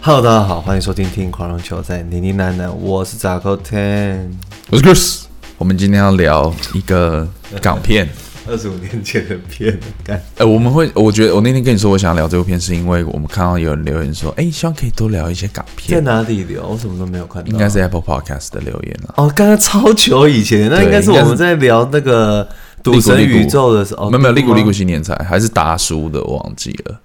Hello，大家好，欢迎收听《听狂龙球在你你喃喃》，我是 Zaco Ten，我是 Chris。我们今天要聊一个港片，二十五年前的片，干呃，我们会，我觉得我那天跟你说我想要聊这部片，是因为我们看到有人留言说，哎、希望可以多聊一些港在片，哪里聊？我什么都没有看到。应该是 Apple Podcast 的留言啊了。哦，刚刚超久以前，那对应该是我应该们是在聊那个《赌神宇宙》的时候，哦没有没有，利古利古吗新年才还是达叔的，我忘记了。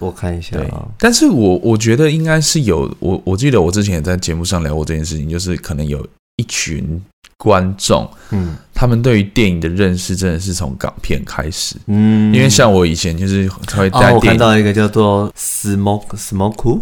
我看一下对，啊，但是我我觉得应该是有，我我记得我之前也在节目上聊过这件事情，就是可能有一群观众，嗯他们对于电影的认识真的是从港片开始，嗯，因为像我以前就是会哦，在我看电影到一个叫做 Smoke Smoke，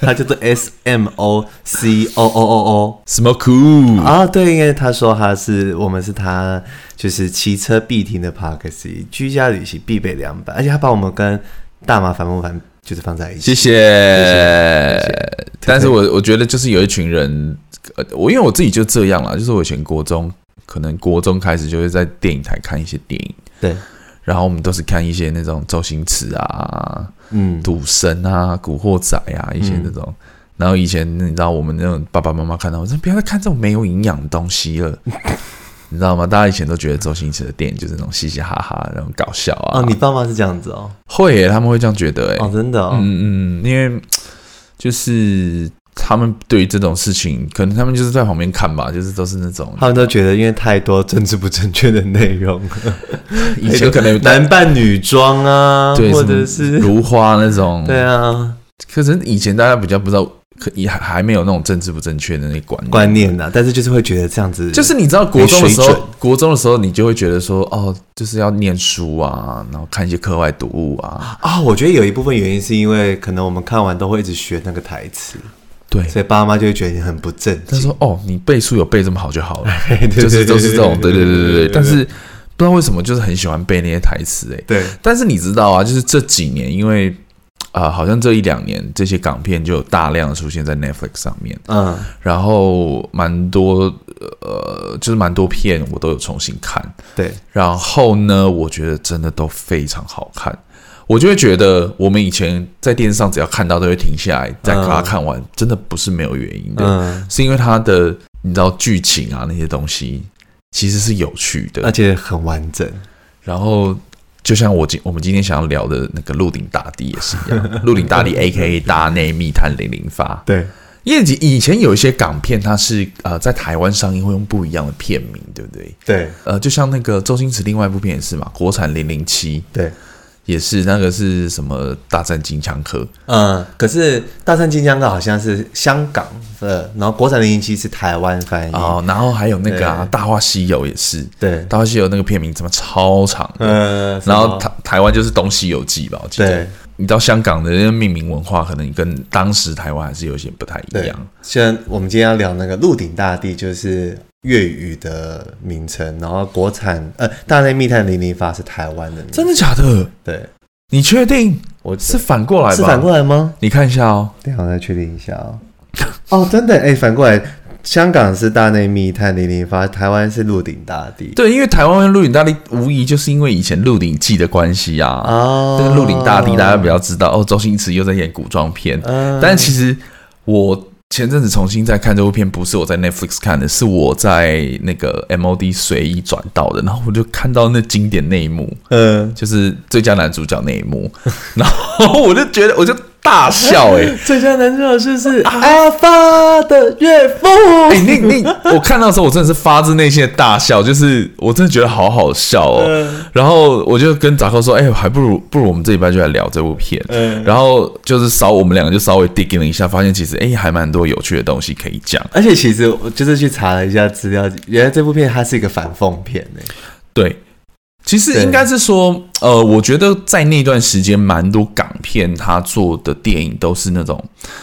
他叫做 S M O C O O O Smoke O 啊，对，因为他说他是我们是他就是骑车必听的 p a r k s 居家旅行必备两百，而且他把我们跟大麻烦不烦就是放在一起，谢谢谢。但是我我觉得就是有一群人，呃，我因为我自己就这样啦，就是我以前国中，可能国中开始就会在电影台看一些电影，对，然后我们都是看一些那种周星驰啊、嗯，赌神啊、古惑仔啊一些那种。然后以前你知道我们那种爸爸妈妈看到，我说不要再看这种没有营养的东西 了，你知道吗？大家以前都觉得周星驰的电影就是那种嘻嘻哈哈、那种搞笑啊，哦，你爸妈是这样子哦，会耶，他们会这样觉得哎、哦，真的哦，嗯嗯，嗯，因为就是他们对于这种事情，可能他们就是在旁边看吧，就是都是那种 他们都觉得因为太多政治不正确的内容了，以前可能有 男扮女装啊，对或什么者是如花那种，对啊可是以前大家比较不知道，可也还还没有那种政治不正确的那些观念。观念呐、但是就是会觉得这样子就是你知道国中的时没水准候，国中的时候你就会觉得说，哦，就是要念书啊，然后看一些课外读物啊，啊、我觉得有一部分原因是因为可能我们看完都会一直学那个台词，对。所以爸妈就会觉得你很不正他经。说：“哦，你背书有背这么好就好了， 对对就是都是这种，对对对对对。但对是不知道为什么，就是很喜欢背那些台词，哎，对但是你知道啊，就是这几年，因为啊、呃好像这一两年这些港片就有大量的出现在 Netflix 上面，嗯然后蛮多呃，就是蛮多片我都有重新看。对，然后呢，我觉得真的都非常好看。我就会觉得，我们以前在电视上只要看到都会停下来再把它看完，真的不是没有原因的，嗯，是因为它的你知道剧情啊那些东西其实是有趣的而，且很完整。然后就像我今我们今天想要聊的那个《鹿鼎大帝》也是一样，《鹿鼎大 帝》A K A 大内密探零零发，对，因为以前有一些港片，它是呃在台湾上映会用不一样的片名，对不对？对呃，就像那个周星驰另外一部片也是嘛，国产零零七对，也是那个是什么大战金枪客，嗯，可是《大圣金枪客》好像是香港的，然后国产零零七是台湾翻译。哦，然后还有那个啊《大话西游》也是，对《大话西游》那个片名怎么超长的，呃，然什后台台湾就是《东西游记》吧，我记得对。你到香港的那个命名文化，可能跟当时台湾还是有一些不太么一对样。，虽然我们今天要聊那个《鹿鼎大帝》，就是粤语的名称，然后国产呃《大内密探零零发》是台湾的名字，真的假的？对。你确定我是反过来吧？是反过来吗？你看一下哦。等一下我再确定一下哦。 哦，真的，哎、反过来，香港是大内密探零零发，台湾是鹿鼎大帝。对，因为台湾跟鹿鼎大帝无疑就是因为以前鹿鼎记的关系啊。哦，这个鹿鼎大帝大家比较知道哦，周星驰又在演古装片。嗯但其实我前阵子重新再看这部片，不是我在 Netflix 看的，是我在那个 MOD 随意转到的，然后我就看到那经典那一幕。嗯，就是最佳男主角那一幕， 然后我就觉得我就大 笑哎、欸。啊最佳男主角就是阿发的岳父。哎、那那我看到的时候，我真的是发自内心的大笑，就是我真的觉得好好笑哦。嗯然后我就跟扎克说：“哎、还不如不如我们这礼拜就来聊这部片。嗯然后就是稍我们两个就稍微 digging 了一下，发现其实哎、还蛮多有趣的东西可以讲。而且其实我就是去查了一下资料，原来这部片它是一个反讽片欸呢、对，其实应该是说，呃，我觉得在那段时间，蛮多港片他做的电影都是那种，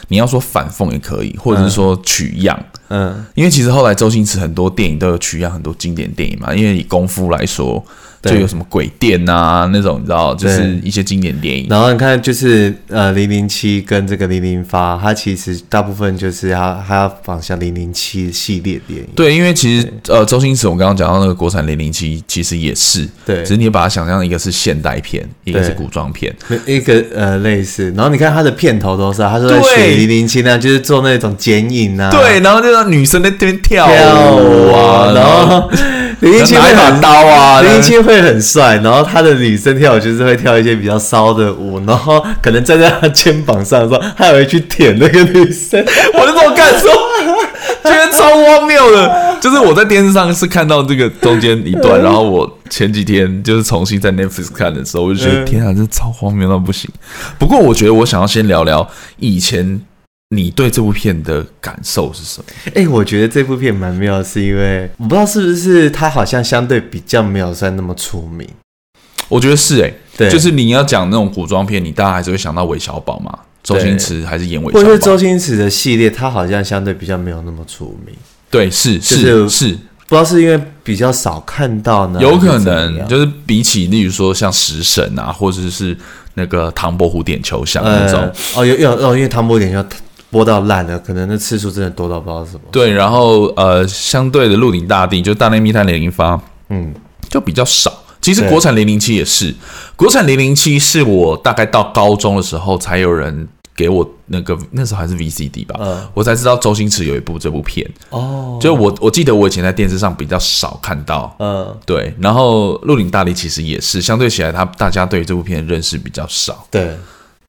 你要说反讽也可以，或者是说取样。嗯，因为其实后来周星驰很多电影都有取样很多经典电影嘛，因为以功夫来说，对就有什么鬼店啊那种，你知道，就是对一些经典电影。然后你看，就是呃，零零七跟这个零零八，它其实大部分就是它它要仿效零零七系列电影。对，因为其实呃，周星驰我刚刚讲到那个国产零零七，其实也是，对只是你把它想象一个是现代片，一个是对古装片，一个呃类似，然后你看它的片头都是啊，它说在对学零零七那样，啊就是做那种剪影啊，对，，然后就让女生在那边跳跳舞舞啊，啊，然后 零零七拿会一把很刀啊，零零然后七会很帅，然后他的女生跳舞就是会跳一些比较骚的舞，然后可能站在他肩膀上的时候，他还会去舔那个女生， 我就这种感受，觉得超荒谬 的。就是我在电视上是看到这个中间一 段，然后我前几天就是重新在 Netflix 看的时候，我就觉得嗯天啊，这超荒谬到不行。不过我觉得我想要先聊聊以前你对这部片的感受是什么？哎、我觉得这部片蛮妙，是因为我不知道是不是它好像相对比较没有算那么出名，我觉得是哎、对，就是你要讲那种古装片，你大家还是会想到韦小宝嘛，周星驰还是演韦或者是小宝？周星驰的系列，它好像相对比较没有那么出名，对，是是就是是，不知道是因为比较少看到呢，有可还是怎能样就是比起例如说像食神啊，或者是那个唐伯虎点秋香那种。呃哦有有哦，因为唐伯虎要播到烂了，可能那次数真的多到不知道是什么，对，然后呃，相对的《鹿鼎大帝》就《大内密探零零发》嗯，就比较少。其实对国产零零七也是，国产零零七是我大概到高中的时候才有人给我那个那时候还是 VCD 吧，嗯我才知道周星驰有一部这部片。哦，就我我记得我以前在电视上比较少看到，嗯。对。然后《鹿鼎大帝》其实也是相对起来他，大家对于这部片的认识比较少。对，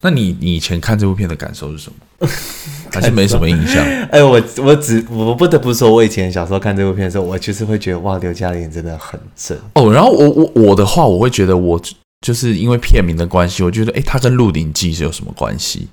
那你你以前看这部片的感受是什么？ 还是没什么印象？哎、我我只我不得不说，我以前小时候看这部片的时候，我就是会觉得哇，刘嘉玲真的很正。哦，然后我我我的话，我会觉得我就是因为片名的关系，我觉得诶，它跟《鹿鼎记》是有什么关系？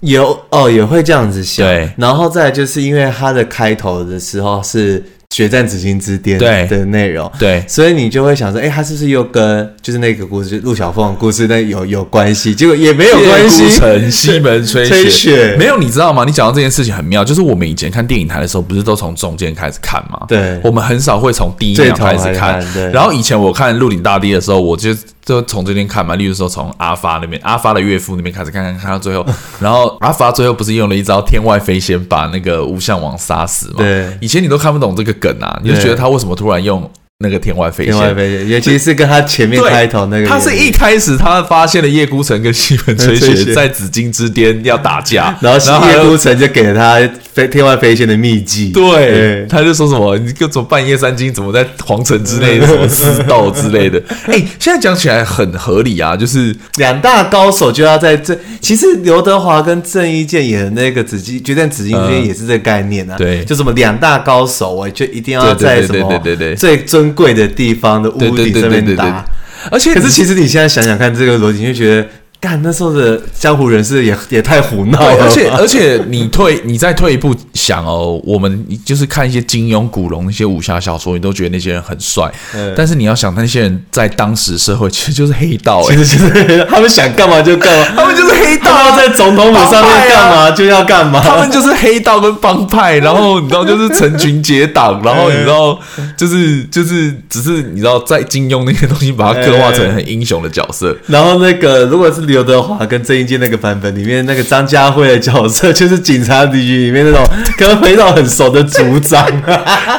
有哦，也会这样子想。哦对然后再来就是因为它的开头的时候是决战紫禁之巅对的内容，对所以你就会想说，哎、它是不是又跟就是那个故事，就是陆小凤的故事那有有关系？结果也没有关夜系孤。城西门吹雪，吹雪没有，你知道吗？你讲到这件事情很妙，就是我们以前看电影台的时候，不是都从中间开始看吗？对我们很少会从第一最秒头开始来看看。对然后以前我看《鹿鼎大帝》的时候，我就就从这边看嘛，例如说从阿发那边，阿发的岳父那边开始看，看看 到最后，然后阿发最后不是用了一招天外飞仙把那个吴向王杀死吗？对以前你都看不懂这个梗啊，你就对觉得他为什么突然用那个天外飞另外一仙？杯，尤其是跟他前面对开头那个原因，他是一开始他发现了叶孤城跟西门吹吹雪雪在紫禁之巅要打架，然后还叶有孤城就给了他飞天外飞仙的秘籍。对，他就说什么你各种半夜三更怎么在皇城之内什么私斗之类 的。哎、现在讲起来很合理啊，就是两大高手就要在这。其实刘德华跟郑伊健演的那个《紫禁决战紫禁之嗯巅》也是这个概念啊。对就什么两大高手，我就一定要在对什对对么对对对对最尊贵的地方的屋对对顶对上对面对对打。，而且可是其实你现在想想看，这个逻辑你就觉得，干那时候的江湖人士也也太胡闹了对，吧。而且而且你退 你再退一步想哦，我们就是看一些金庸、古龙那些武侠小说，你都觉得那些人很帅，嗯但是你要想那些人在当时社会其实就是黑道哎、其实就是 他们想干嘛就干嘛， 他们就是黑道啊他们要在总统府上面干嘛就要干嘛。他们就是黑道跟帮派，然后你知道就是成群结党，然后你知道就是就是只是你知道在金庸那些东西把它刻画成很英雄的角色，然后那个如果是刘德华跟郑伊健那个版本里面那个张家辉的角色， 就是警察局里面那种跟黑道很熟的组长，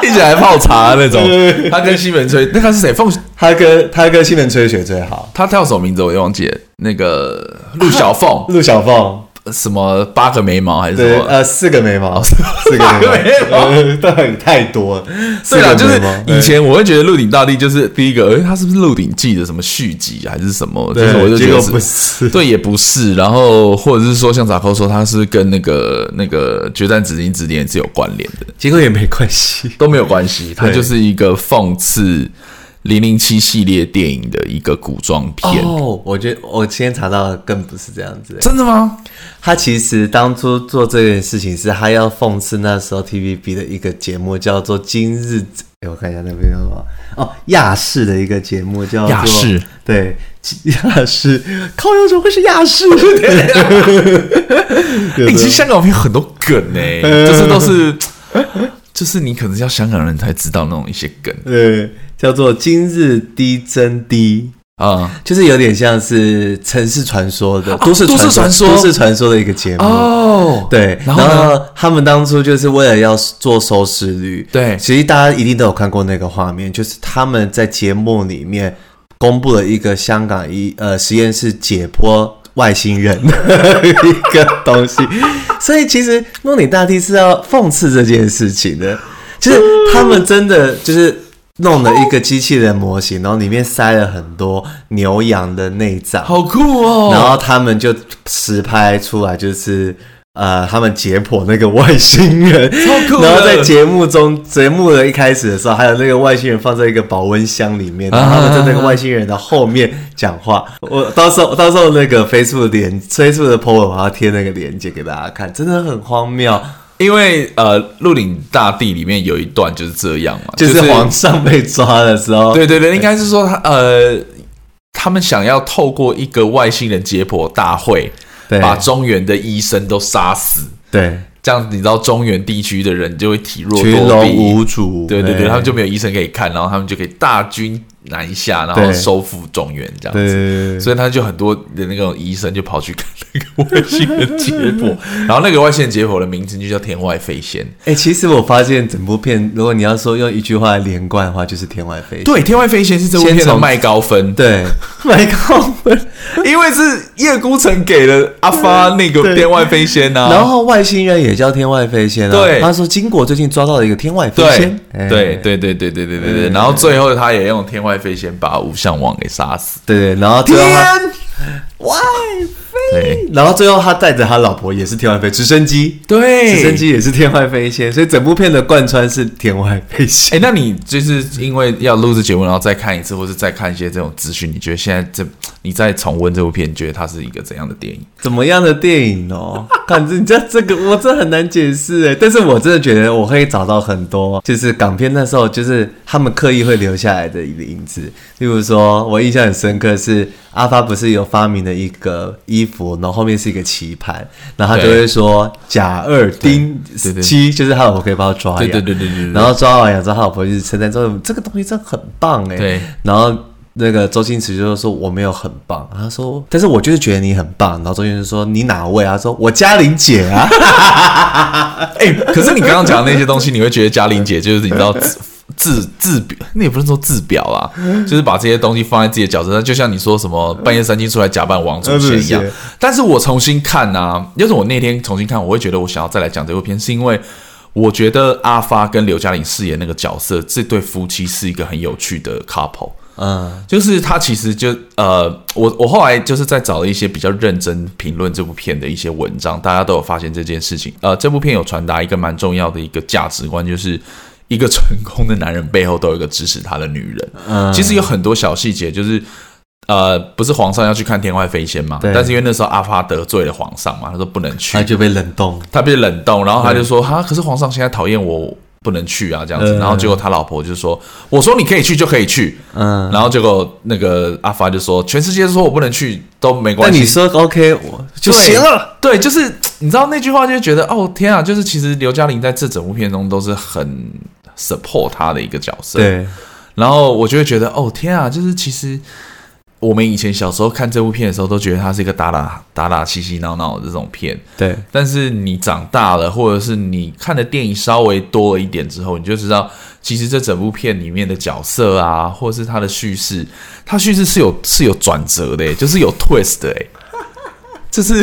一起来泡茶那种。他跟西门吹，那他是谁？凤 他跟他跟西门吹雪最好，他叫什么名字？我也忘记了。那个陆小凤，陆小凤什么八个眉毛还是什对么？呃四个眉毛， 四个八眉个毛啊眉毛，呃 对太多了，对啦，四就个是眉毛以前我会觉得《鹿鼎大帝》就是第一个，哎，他是不是《鹿鼎记》的什么续集还是什么？就对是我就结觉果得不是 对，也不是。然后或者是说，像扎扣说，他是跟那个那个《决战紫禁之巅》是有关联的，结果也没关系，都没有关系。它对就是一个讽刺零零七系列电影的一个古装片。哦，我觉得我今天查到的更不是这样子，真的吗？他其实当初做这件事情是他要讽刺那时候 TVB 的一个节目，叫做《今日》哎诶我看一下那边有什么哦，亚视的一个节目叫做亚视，对，亚视，靠，有什么会是亚 视？ 嗯哎、其实香港片很多梗哎、就是都是。就是你可能要香港人才知道那种一些梗呃，叫做今日滴真滴，啊。就是有点像是城市传说的、啊都市都市传说都市传说的一个节目。哦，对，然然后呢后他们当初就是为了要做收视率，对其实大家一定都有看过那个画面，就是他们在节目里面公布了一个香港一呃实验室解剖外星人 的一个东西，所以其实诺里大帝是要讽刺这件事情的，就是他们真的就是。弄了一个机器人模型，然后里面塞了很多牛羊的内脏，好酷哦。然后他们就实拍出来，就是呃，他们解剖那个外星人，超酷的然后在节目中，节目的一开始的时候，还有那个外星人放在一个保温箱里啊面，然后他们在那个外星人的后面讲话。我到时候到时候那个 Facebook 连 Facebook 的 po 文，我要贴那个链接给大家看，真的很荒谬，因为呃，《鹿鼎大帝》里面有一段就是这样嘛，就是皇上被抓的时候，对对对，应该是说他呃，他们想要透过一个外星人解剖大会，对把中原的医生都杀死，对，这样你知道中原地区的人就会体弱群多龙病，无主，对对对，他们就没有医生可以看，然后他们就可以大军南下，然后对收复中原这样对对子。对对所以他就很多的那种医生就跑去看那个外星人解剖，然后那个外星人解剖的名字就叫天外飞仙。 哎、其实我发现整部片，如果你要说用一句话来连贯的话，就是天外飞仙。对，天外飞仙是这部先片的从麦高分， 对，麦高芬。因为是叶孤城给了阿发那个对天外飞仙呐、啊，然后外星人也叫天外飞仙啊。对他说金国最近抓到了一个天外飞对仙。哎对对对对对对对对，然后最后他也用天外飞仙把吴向王给杀死。对对，然后最后他，哎外飞，然后最后他带着他老婆也是天外飞直升机，对直升。机也是天外飞仙，所以整部片的贯穿是天外飞仙。哎，那你就是因为要录制节目，然后再看一次，或是再看一些这种资讯，你觉得现在这你再重温这部片，你觉得它是一个怎样的电影？怎么样的电影哦？ 看这这这个我真很难解释哎，但是我真的觉得我可以找到很多，就是港片那时候就是他们刻意会留下来的一个影子。例如说，我印象很深刻是阿发不是有发明了一个衣服，然后后面是一个棋盘，然后他就对会说甲二丁对对七，就是他老婆可以帮他抓对痒对对对对对然后抓完痒之后，他老婆就是称赞说这个东西真的很棒哎，对然后那个周星驰就说我没有很棒，他说但是我就是觉得你很棒。然后周星驰说你哪位啊？他说我嘉玲姐啊。 哎，可是你刚刚讲的那些东西，你会觉得嘉玲姐就是你知道自自自表，那也不是说自表啊，就是把这些东西放在自己的角色上，就像你说什么半夜三更出来假扮王祖贤一样呃是是。但是我重新看啊，要是我那天重新看，我会觉得我想要再来讲这部片，是因为。我觉得阿发跟刘嘉玲饰演那个角色，这对夫妻是一个很有趣的 couple。嗯，就是他其实就呃，我我后来就是在找了一些比较认真评论这部片的一些文章，大家都有发现这件事情。呃，这部片有传达一个蛮重要的一个价值观，就是一个成 功的男人背后都有一个支持他的女人。嗯其实有很多小细节，就是呃，不是皇上要去看天外飞仙嘛，对啊但是因为那时候阿发得罪了皇上嘛，他说不能去 他，就被冷冻。他被冷冻，然后他就说哈，可是皇上现在讨厌我。不能去啊，这样子，嗯然后结果他老婆就说：“我说你可以去就可以去，嗯，然后结果那个阿发就说，全世界都说我不能去都没那关系，你说 OK 我就对行了。。对，就是你知道那句话，就会觉得哦天啊，就是其实刘嘉玲在这整部片中都是很 support 她的一个角色。，对，然后我就会觉得哦天啊，就是其实我们以前小时候看这部片的时候，都觉得它是一个打打打打嬉嬉闹闹的这种片。对，但是你长大了，或者是你看的电影稍微多了一点之后，你就知道，其实这整部片里面的角色啊，或者是它的叙事，它叙事是有是有转折的耶，欸 就是有 twist 的耶，欸就是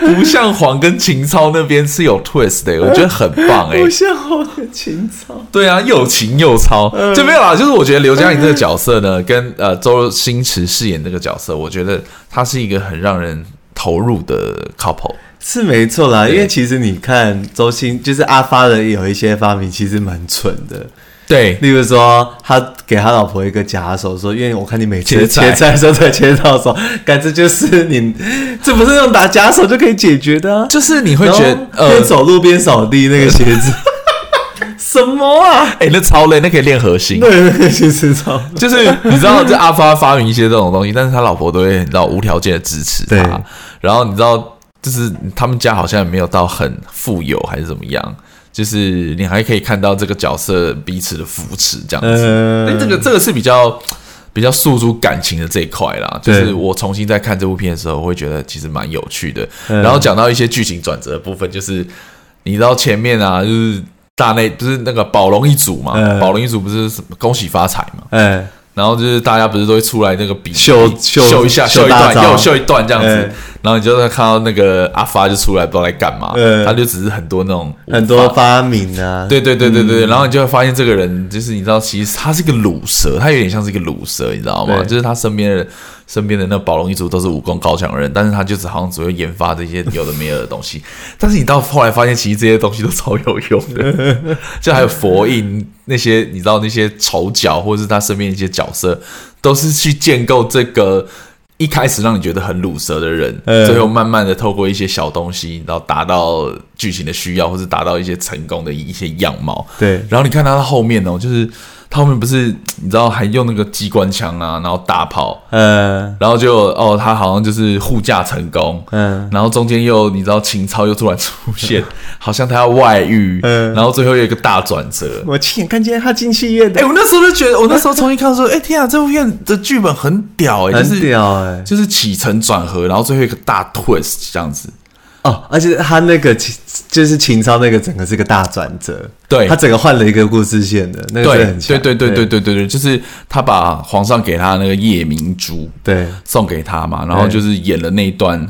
不像黄跟秦超那边是有 twist 的耶，欸我觉得很棒 哎。像我的情操。对啊，又情又超，就没有啦。就是我觉得刘嘉玲这个角色呢，跟呃周星驰饰演这个角色，我觉得他是一个很让人投入的 couple。是没错啦，因对为其实你看周星，就是阿发的有一些发明其实蛮蠢的，对，例如说，他给他老婆一个假手，说：“因为我看你每次切切菜菜的时候才切到手，感觉就是你，这不是用打假手就可以解决的、啊。就是你”会觉得然后边呃，走路边扫地那个鞋 子，什么啊？哎、那超累，那可以练核心。对，那个其实超 就是你知道，这阿发发明一些这种东西，但是他老婆都会你知道无条件的支持他对。然后你知道，就是他们家好像也没有到很富有还是怎么样，就是你还可以看到这个角色彼此的扶持这样子。嗯哎、这个这个是比较比较诉诸感情的这一块啦。就对是我重新在看这部片的时候，我会觉得其实蛮有趣的。嗯然后讲到一些剧情转折的部分，就是你知道前面啊，就是大内不是那个宝龙一族嘛，嗯宝龙一族不是什么恭喜发财嘛，哎，然后就是大家不是都会出来那个比秀比秀秀一下，秀秀一大段招又秀一段这样子，嗯然后你就会看到那个阿发就出来不知道在干嘛，嗯他就只是很多那种很多发明啊，对对对对对，然后你就会发现这个人，就是你知道，其实他是个鲁蛇，他有点像是一个鲁蛇，你知道吗？对就是他身边的身边的那宝龙一族都是武功高强的人，但是他就只好像只会研发这些有的没有的东西。 但是你到后来发现，其实这些东西都超有用的， 就还有佛印那些，你知道那些丑角或者是他身边一些角色，都是去建构这个。一开始让你觉得很鲁蛇的人，嗯最后慢慢的透过一些小东西，然后达到剧情的需要，或是达到一些成功的一些样貌。对然后你看他后面哦，就是他后面不是你知道还用那个机关枪啊，然后大炮，呃然后就哦他好像就是护驾成功，嗯然后中间又你知道情操又突然出 现，好像他要外遇，嗯然后最后又有一个大转折，我亲眼看见他进戏院哎、的，我那时候就觉得，我那时候重新看说，哎、天啊，这部片的剧本很屌哎、就很是屌哎就是起承转合，然后最后一个大 twist 这样子。哦，而且他那个情就是情操那个整个是个大转折，对他整个换了一个故事线的，那个真对的很对强，对对对对对对对，就是他把皇上给他的那个夜明珠对送给他嘛，然后就是演了那一段，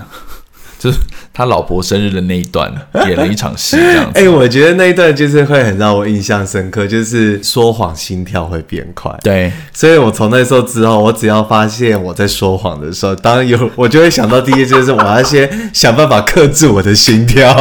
就是他老婆生日的那一段，演了一场戏这样子。哎、我觉得那一段就是会很让我印象深刻，就是说谎心跳会变快。对，所以我从那时候之后，我只要发现我在说谎的时候，当然有我就会想到第一件事，我要先想办法克制我的心跳。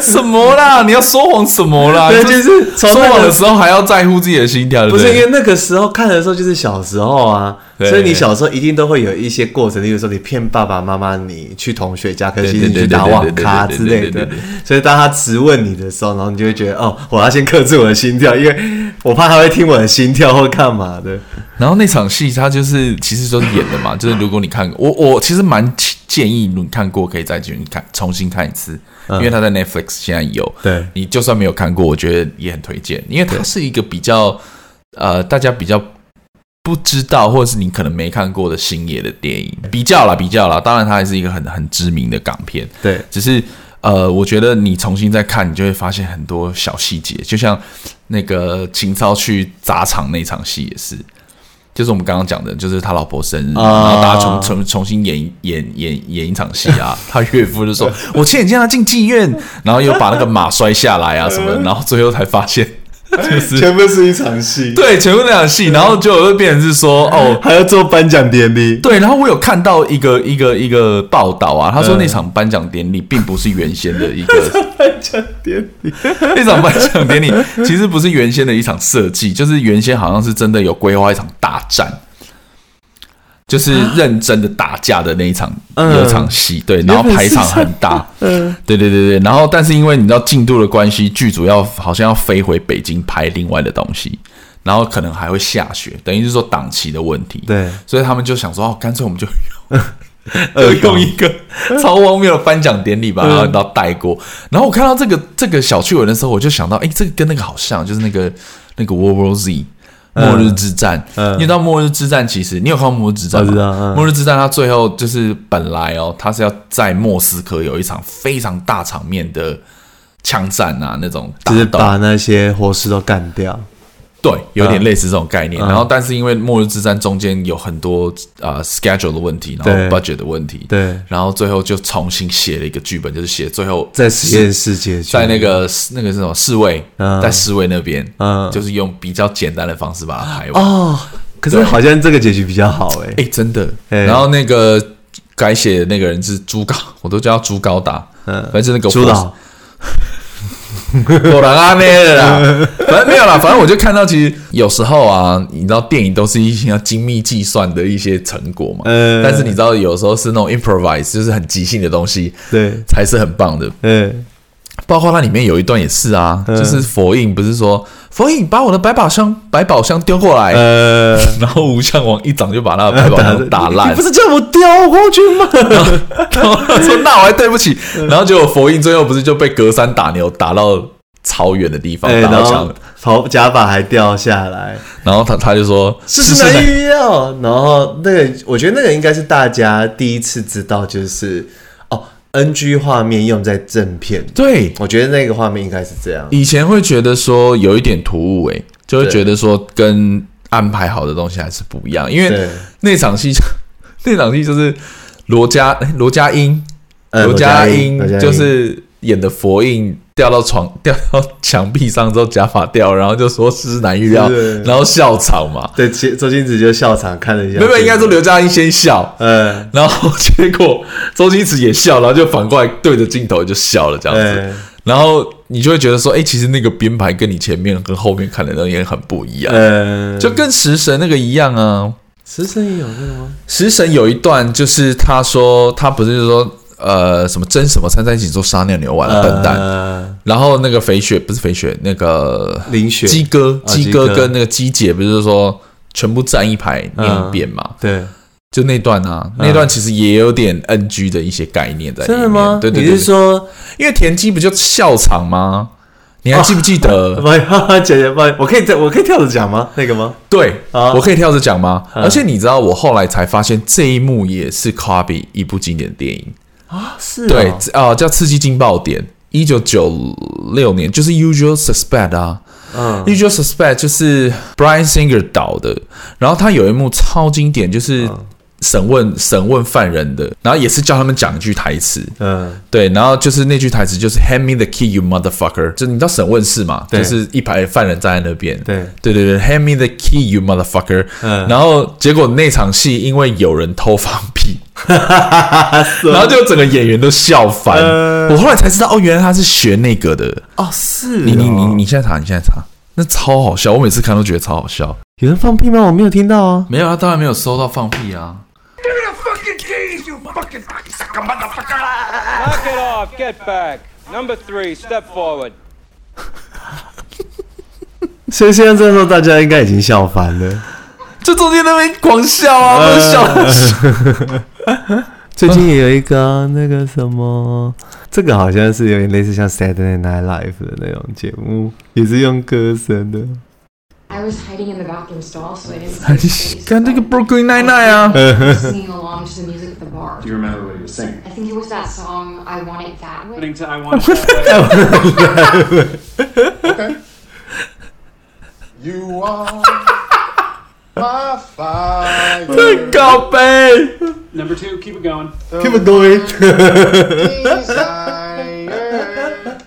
什么啦？你要说谎什么啦？对，这就是从说那谎个的时候还要在乎自己的心跳，对不对是因为那个时候看的时候就是小时候啊，对所以你小时候一定都会有一些过程，例如说你骗爸爸妈妈你去同学家，可是其实你去打网咖之类对对对对对对的对对。所以当他质问你的时候，然后你就会觉得哦，我要先克制我的心跳，因为我怕他会听我的心跳或干嘛的。然后那场戏他就是其实就是演的嘛，就是如果你看我我其实蛮建议你看过可以再去看重新看一次，因为他在 Netflix 现在有，对你就算没有看过，我觉得也很推荐，因为它是一个比较呃大家比较。不知道，或者是你可能没看过的星爷的电影，比较啦，比较啦。当然，它还是一个很很知名的港片，对只是呃，我觉得你重新再看，你就会发现很多小细节，就像那个秦超去砸场那场戏也是。就是我们刚刚讲的，就是他老婆生日，啊然后大家重重重新演一演演演一场戏 啊。他岳父就说：“我亲眼见他进妓院， 然后又把那个马摔下来啊什么嗯的。”然后最后才发现， 就是哎全部是一场戏，对全部那场戏，然后就会变成是说：“哦，还要做颁奖典礼。对，然后我有看到一个一个一个报道啊，他说嗯那场颁奖典礼并不是原先的一 个颁奖典 礼，那场颁奖典礼，其实不是原先的一场设计，就是原先好像是真的有规划一场大战，就是认真的打架的那一场、嗯有一场戏，对，然后原本排是场这很大，嗯，对对对对，然后但是因为你知道进度的关系，剧组要好像要飞回北京拍另外的东西，然后可能还会下雪，等于是说档期的问题。对所以他们就想说，哦，干脆我们就 恶 就搞嗯用一个超荒谬的颁奖典礼把它然后带过。然后我看到这个这个小趣闻的时候，我就想到，哎，这个跟那个好像，就是那个那个 World War Z。末日之战，嗯你知道末日之战其实你有看过末日之战我吗？知道嗯末日之战它最后就是本来哦，它是要在莫斯科有一场非常大场面的枪战啊，那种打就是斗，把那些活尸都干掉。对，有点类似这种概念。嗯然后，但是因为《末日之战》中间有很多呃 schedule 的问题，然对后 budget 的问题，对然后最后就重新写了一个剧本，就是写最后在实验室解决，在那个那个是什么侍卫，嗯在侍卫那边，嗯就是用比较简单的方式把它拍完。哦，可是对好像这个结局比较好哎、哎、真的。哎然后那个改写的那个人是朱高， 我都叫他朱高达，嗯反正是那个朱导。果然阿妹了 啦，反正没有啦，反正我就看到，其实有时候啊，你知道电影都是一些要精密计算的一些成果嘛，嗯但是你知道有时候是那种 improvise，就是很即兴的东西，对，才是很棒的。嗯，包括它里面有一段也是啊，就是佛印不是说佛印把我的百宝箱百宝箱丢过来，呃，然后吴向王一掌就把他的百宝 箱打啊烂哎你不，是叫我叼过去 吗？然后他说那我还对不起，然后结果佛印最后不是就被隔山打牛打到超远的地方哎，打然到墙后，头假发还掉下来，然后他他就说这是男男预料。然后那个，我觉得那个应该是大家第一次知道，就是哦，NG 画面用在正片，对，我觉得那个画面应该是这样。以前会觉得说有一点突兀、诶，就会对觉得说跟安排好的东西还是不一样，因为对那场戏就 那场戏就是罗家诶罗家英呃罗家罗家英英就是演的佛印掉到床 掉到墙壁上之后假发掉，然后就说这是难预料是，然后笑场嘛，对，其周星驰就笑场看了一下，没有没有应该说，刘嘉欣先笑。呃，然后结果周星驰也笑，然后就反过来对着镜头就笑了这样子，呃，然后你就会觉得说，哎、其实那个编排跟你前面跟后面看的东西很不一样，呃，就跟食神那个一样啊。食神也有那个吗？食神有一段就是他说他不是就说呃什么蒸什么三三一起做沙尿牛嗯丸啊笨蛋，蛋，然后那个肥雪不是肥雪那个林雪，鸡哥啊鸡鸡哥哥跟那个鸡姐不是说全部站一排念一嗯遍嘛，对，就那段啊，那段其实也有点 NG 的一些概念在里嗯面。真的吗？对对你对是，说，因为田鸡不就笑场吗？你还记不记得？不好意思，姐姐，不好意思，我可以这，我可以跳着讲吗？那个吗？ 对，啊我可以跳着讲吗？嗯而且你知道，我后来才发现这一幕也是 copy 一部经典的电影，啊，是哦对，啊、叫《刺激惊爆点》，一九九六年，就是 Usual Suspect 啊。嗯 Usual Suspect 就是 Brian Singer 导的，然后他有一幕超经典，就是嗯审问审问犯人的，然后也是叫他们讲一句台词，嗯，对，然后就是那句台词就是 “Hand me the key, you motherfucker”，就是你知道审问室嘛，对就是一排犯人站在那边，对对对对，“Hand me the key, you motherfucker”，嗯然后结果那场戏因为有人偷放 屁，么然后就整个演员都笑翻。呃我后来才知道，哦，原来他是学那个的。哦，是你你你哦你现在查，你现在查，那超好笑，我每次看都觉得超好笑。有人放屁吗？我没有听到啊。没有，他当然没有收到放屁啊。 Give me the fucking keys, you fucking cocksucker motherfucker! Knock it off. Get back. Number three, step forward. 所以现在这时候大家应该已经笑翻了。就中间那边狂笑啊，不是笑到死 最近也有一个啊、那个什么，这个好像是有点类似像 Saturday Night Live 的那种节目，也是用歌声的。 I was hiding in the bathroom stall, so I didn't see his face. 看这个 but Brooklyn Nine Nine 啊。 I was singing along to the music at the bar. you remember what you were saying? I think it was that song, I Want It That Way. I want to You are my fire. 告 白。 Number two, keep it going. Keep it going， desire.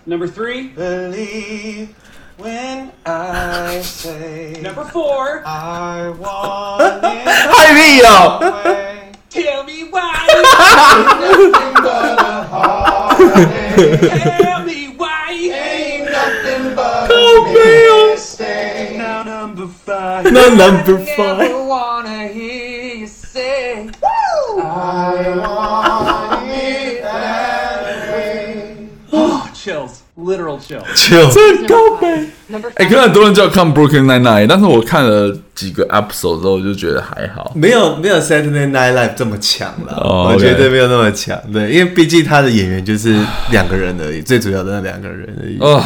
Number three, Believe when I say number four. I want it 太 屁了！ away. Tell me why. But a heartache tell me why. ain't nothing but a mistake. Now number five. No number five。 wanna hear you say. I want it that way. Oh, Chills, literal chills. 真告白。Number five. Number 哎、 five. 可能很多人叫看 Broken Nine Nine，但是我看了几个 episode 之后，我就觉得还好。没有没有 Saturday Night Live 这么强了哦我 OK 觉得没有那么强。对，因为毕竟他的演员就是两个人而已， 最主要的那两个人而已。哦，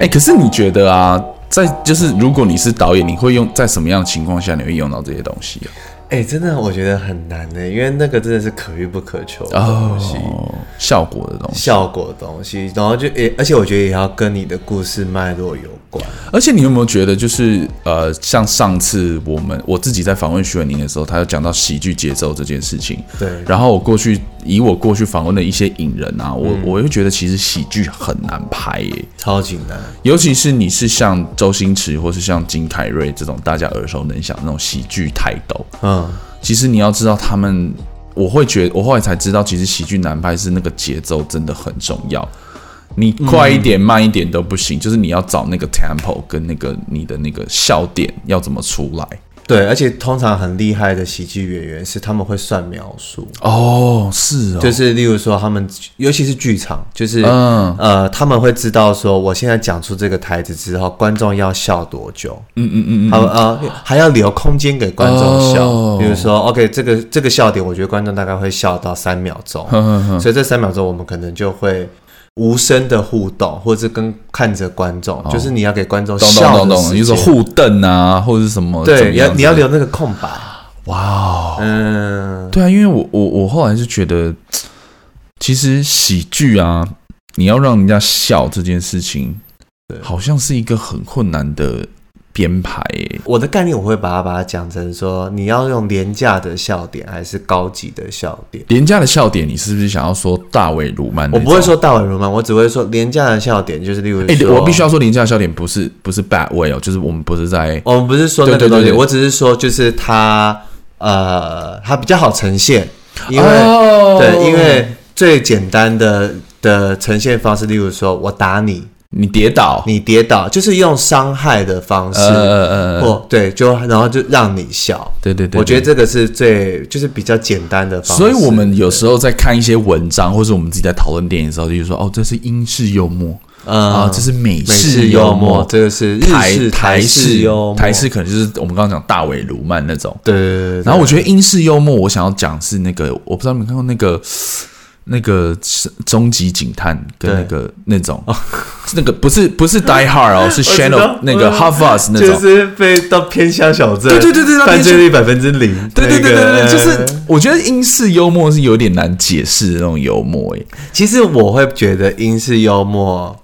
哎、可是你觉得啊，在就是如果你是导演，你会用在什么样的情况下你会用到这些东西啊？哎、真的我觉得很难呢、因为那个真的是可遇不可求的东西。哦，效果的东西，效果的东西，然后就也，而且我觉得也要跟你的故事脉络有关。而且你有没有觉得，就是呃，像上次我们我自己在访问徐伟宁的时候，他有讲到喜剧节奏这件事情。对然后我过去以我过去访问的一些影人啊，我、我会觉得其实喜剧很难拍耶、超级难，尤其是你是像周星驰或是像金凯瑞这种大家耳熟能详的那种喜剧泰斗，嗯，其实你要知道他们，我会觉我后来才知道，其实喜剧难拍是那个节奏真的很重要。你快一点、慢一点嗯都不行，就是你要找那个 tempo 跟那个你的那个笑点要怎么出来。对，而且通常很厉害的喜剧演员是他们会算描述，哦，是哦，就是例如说他们，尤其是剧场，就是、嗯呃，他们会知道说我现在讲出这个台词之后，观众要笑多久，嗯嗯嗯，他们呃还要留空间给观众笑，哦比如说 OK 这个这个笑点，我觉得观众大概会笑到三秒钟，哼哼所以这三秒钟我们可能就会。无声的互动，或者是跟看着观众，就是你要给观众哦懂懂笑懂的懂，时有种间互瞪啊，或者是什么，怎对，么你要样你要之类的留那个空白。哇哦，嗯，对啊，因为我我我后来是觉得，其实喜剧啊，你要让人家笑这件事情，好像是一个很困难的编排耶。我的概念我会把它把它讲成说，你要用廉价的笑点还是高级的笑点？廉价的笑点，你是不是想要说大伟鲁曼那我种？不会说大伟如漫，我只会说廉价的笑点，就是例如哎、说，我必须要说廉价的笑点不是不是 bad way 哦，就是我们不是在我们不是说那个对对东对西，对我只是说就是它呃，它比较好呈现，因为、哦对，因为最简单的的呈现方式，例如说我打你，你跌倒，你跌倒，就是用伤害的方式，呃呃呃呃或对，就然后就让你笑。对对对对我觉得这个是最就是比较简单的方式。所以我们有时候在看一些文章，或是我们自己在讨论电影的时候，就是说，哦，这是英式幽默，嗯啊，这是美美式幽幽默这个是日台式台台式幽默台式可能就是我们刚刚讲大伟卢曼那种。对对对对，然后我觉得英式幽默，我想要讲是那个，我不知道你们看过那个那个是《终极警探》跟那个那种，是那个不是不是 Die Hard 哦，是 Shadow 那个 Half Us 那种就。是被到偏乡小镇，对对对对到偏犯乡罪率百分之零，对对对对那对，个就是我觉得英式幽默是有点难解释的那种幽默欸诶。其实我会觉得英式幽默，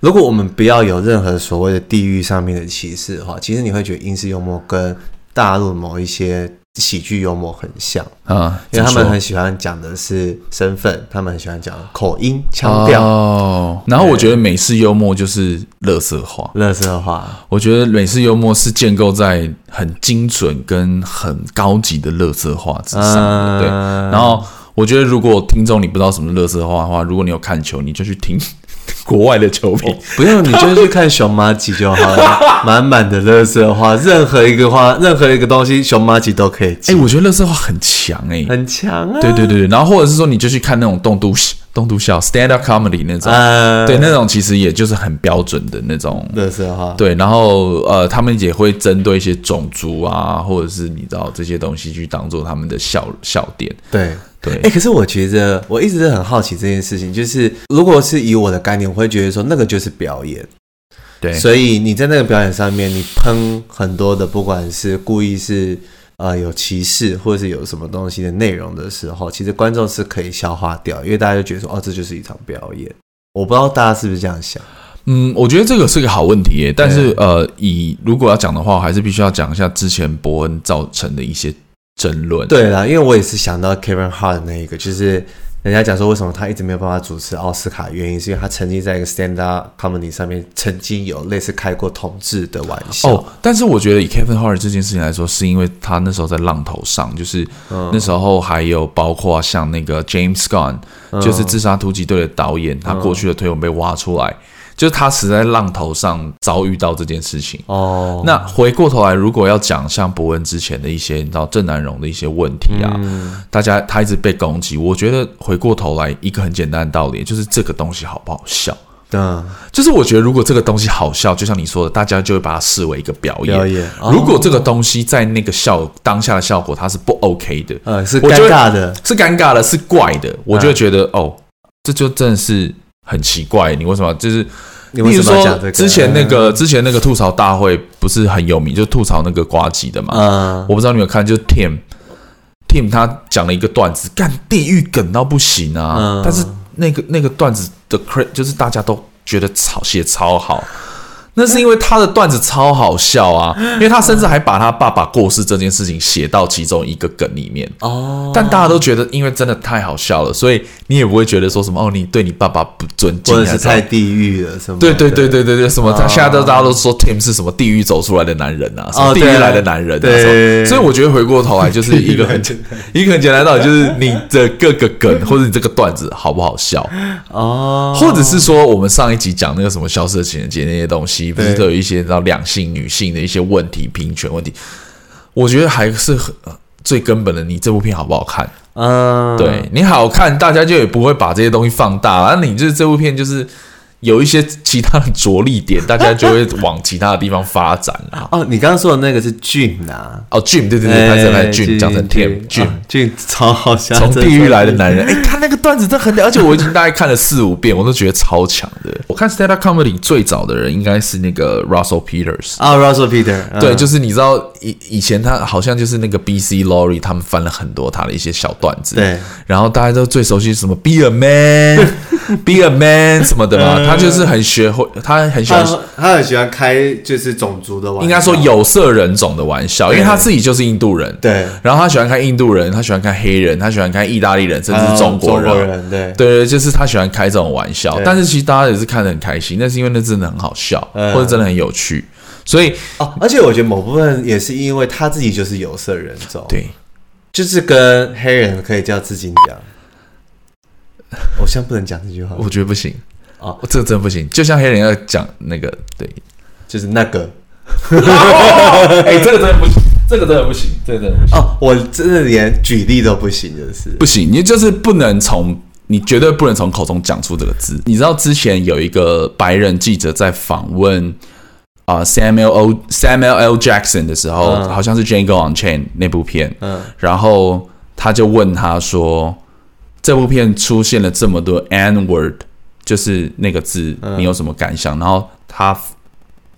如果我们不要有任何所谓的地域上面的歧视的话，其实你会觉得英式幽默跟大陆某一些喜剧幽默很像。啊，因为他怎么们说很喜欢讲的是身份，他们很喜欢讲口音、腔调、哦，然后我觉得美式幽默就是乐色化，乐色话。我觉得美式幽默是建构在很精准跟很高级的乐色化之上的，嗯对。然后我觉得，如果听众你不知道什么乐色化的话，如果你有看球，你就去听国外的球评。哦不用，你就去看熊妈吉就好了，满满的乐色话，任何一个话，任何一个东西，熊妈吉都可以 哎、记，我觉得乐色化很强哎、很强啊。对对对对。然后或者是说，你就去看那种栋笃笑栋笃笑 stand up comedy 那种，呃，对，那种其实也就是很标准的那种乐色话，对，然后呃，他们也会针对一些种族啊，或者是你知道这些东西去当做他们的笑笑点。对对哎、可是我觉得我一直很好奇这件事情，就是如果是以我的概念，我会觉得说那个就是表演，对所以你在那个表演上面，你喷很多的，不管是故意是呃有歧视，或者是有什么东西的内容的时候，其实观众是可以消化掉，因为大家就觉得说哦，这就是一场表演。我不知道大家是不是这样想，嗯，我觉得这个是个好问题耶。但是呃，以如果要讲的话，我还是必须要讲一下之前伯恩造成的一些争论。对啦，因为我也是想到 Kevin Hart 的那一个，就是人家讲说为什么他一直没有办法主持奥斯卡，原因是因为他曾经在一个 stand up comedy 上面曾经有类似开过同志的玩笑。哦，但是我觉得以 Kevin Hart 这件事情来说，是因为他那时候在浪头上，就是那时候还有包括像那个 James Gunn，、就是《嗯自杀突击队》的导演，他过去的推文被挖出来，就是他死在浪头上遭遇到这件事情。哦，那回过头来，如果要讲像博文之前的一些，你知道郑南荣的一些问题啊，嗯大家他一直被攻击，我觉得回过头来一个很简单的道理，就是这个东西好不好笑。嗯，就是我觉得，如果这个东西好笑，就像你说的，大家就会把它视为一个表演。表演哦如果这个东西在那个效当下的效果，它是不 OK 的，呃，是我尴就会尬的，是尴尬的，是怪的，我就会觉得、哦，这就真的是很奇怪。你为什么就是？你为什么要讲这例如说个之前那个之前那个吐槽大会不是很有名，就吐槽那个瓜吉的嘛。嗯，我不知道你有没有看，就是 Tim Tim 他讲了一个段子，干地狱梗到不行啊！嗯但是那个那个段子的 cre 就是大家都觉得超写超好。那是因为他的段子超好笑啊，因为他甚至还把他爸爸过世这件事情写到其中一个梗里面哦。但大家都觉得，因为真的太好笑了，所以你也不会觉得说什么哦，你对你爸爸不尊敬，啊或者是太地狱了什么的？啊对对对对对对，什么？他现在都大家都说 Tim 是什么地狱走出来的男人啊，什么地狱对啊来的男人啊，对什么所以我觉得回过头来 就是一个很一个很简单的道理，就是你的各个梗或者你这个段子好不好笑，哦，或者是说我们上一集讲那个什么消失的情人节那些东西，不是对都有一些你知道两性女性的一些问题、平权问题。我觉得还是很呃最根本的，你这部片好不好看？嗯，对你好看，大家就也不会把这些东西放大。那、你就是这部片就是有一些其他的着力点，大家就会往其他的地方发展 啦。哦，你刚刚说的那个是俊啊，哦，Jim，对对对，拍成来哎 Jim，讲成 Tim Jim，啊俊超好笑，从真地狱来的是男人。哎、他那个段子真的很屌，而且我已经大概看了四五遍，我都觉得超强的。我看 stand up comedy 最早的人应该是那个 Russell Peters。啊，Russell Peter，嗯对，就是你知道以以前他好像就是那个 B C Lori 他们翻了很多他的一些小段子，对，然后大家都最熟悉什么 Be a Man，Be a Man 什么的嘛，他就是很学会，他很嗯喜他欢他很喜欢开就是种族的玩笑，应该说有色人种的玩笑，因为他自己就是印度人，对然后他喜欢看印度人，他喜欢看黑人，他喜欢看意大利人，甚至是中国嗯人，中国人对对对，就是他喜欢开这种玩笑。但是其实大家也是看得很开心，那是因为那真的很好笑，嗯或者真的很有趣，所以哦，而且我觉得某部分也是因为他自己就是有色人种，，对。就是跟黑人可以叫自己娘。我现在不能讲这句话，我觉得不行哦我这个真的不行。就像黑人要讲那个，对，就是那个哎、这个真的不行，这个真的不行，这个真的不行，哦，我真的连举例都不行，就是不行，你就是不能从。你绝对不能从口中讲出这个字。你知道之前有一个白人记者在访问啊、Samuel O Samuel L Jackson 的时候，好像是《Django Unchained》那部片，嗯，然后他就问他说，这部片出现了这么多 N word，就是那个字，嗯你有什么感想？然后他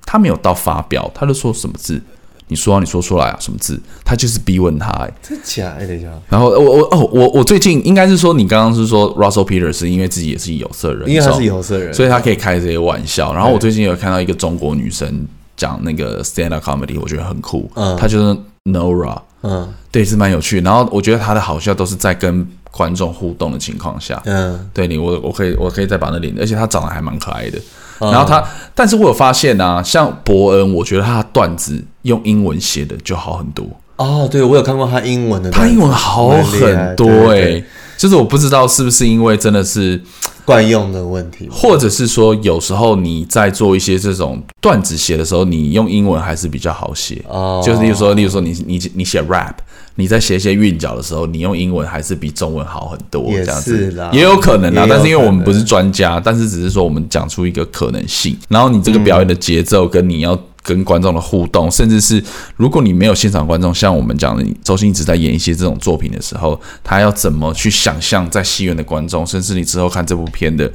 他没有到发表，他就说什么字？你说、啊，你说出来啊，什么字？他就是逼问他、欸真假？哎，等一下，然后我我哦我我最近应该是说你刚刚是说 Russell Peters 是因为自己也是有色人种，因为他是有色人所以他可以开这些玩笑。然后我最近有看到一个中国女生讲那个 stand up comedy，我觉得很酷，嗯她就是 Nora，嗯对，是蛮有趣。然后我觉得她的好笑都是在跟观众互动的情况下，嗯，对你，我我可以我可以再把那脸，而且他长得还蛮可爱的。嗯然后他，但是我有发现啊，像伯恩，我觉得他的段子用英文写的就好很多，哦，对我有看过他英文的段他子，英文好蛮厉害很多对哎、对对就是我不知道是不是因为真的是，惯用的问题，或者是说有时候你在做一些这种段子写的时候，你用英文还是比较好写。哦就是例如说，例如说你你你写 rap，你在写一些韵脚的时候，你用英文还是比中文好很多。也这样是子啦也有可能也有啊，但是因为我可能们不是专家，但是只是说我们讲出一个可能性，然后你这个表演的节奏跟你要。跟观众的互动，甚至是如果你没有现场观众，像我们讲的，你周星驰在演一些这种作品的时候，他要怎么去想象在戏院的观众，甚至你之后看这部片的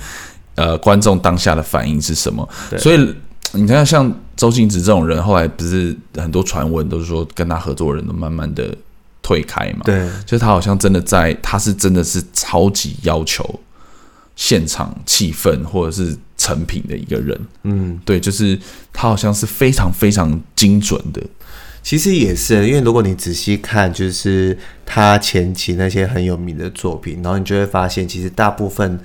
呃观众当下的反应是什么？所以你看，像周星驰这种人，后来不是很多传闻都是说跟他合作的人都慢慢的退开嘛？对就是他好像真的在，他是真的是超级要求现场气氛或者是成品的一个人。嗯，对，就是他好像是非常非常精准的。其实也是，因为如果你仔细看，就是他前期那些很有名的作品，然后你就会发现，其实大部分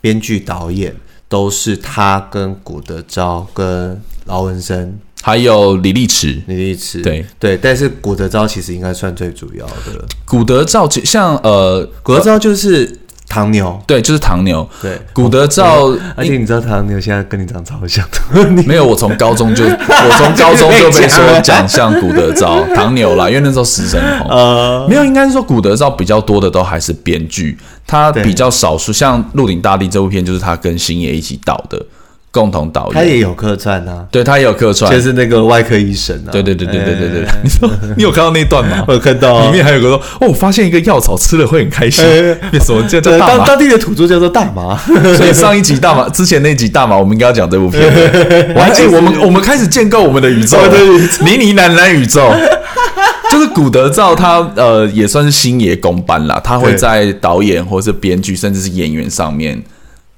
编剧、导演都是他跟古德昭、跟劳文生、还有李立池、李立池，对对。但是古德昭其实应该算最主要的了，古德照，像呃，古德昭就是唐牛，对，就是唐牛。对古德照，而且你知道唐牛现在跟你长超像的，你没有，我从高 中就，我从高中就被就被讲了说讲像古德昭、唐牛啦，因为那时候死神红。呃没有，应该是说古德昭比较多的都还是编剧，他对比较少数，像《鹿鼎大帝》这部片就是他跟星爷一起导的，共同 导他也演，有客串啊，对他也有客串，就是那个外科医生啊，对对对对对对 对哎，你说你有看到那段吗？我有看到啊里面还有个说，哦，我发现一个药草吃了会很开心，为什么这叫呃对，大当麻？当地的土著叫做大麻。 所以上一集大马， 之前那集大马，我们应该要讲这部片。 我还记得我们我们开始建构我们的宇宙我们的宇，泥泥男男宇宙。 就是古德照他呃也算是星爷公班啦，他会对在导演或是编剧甚至是演员上面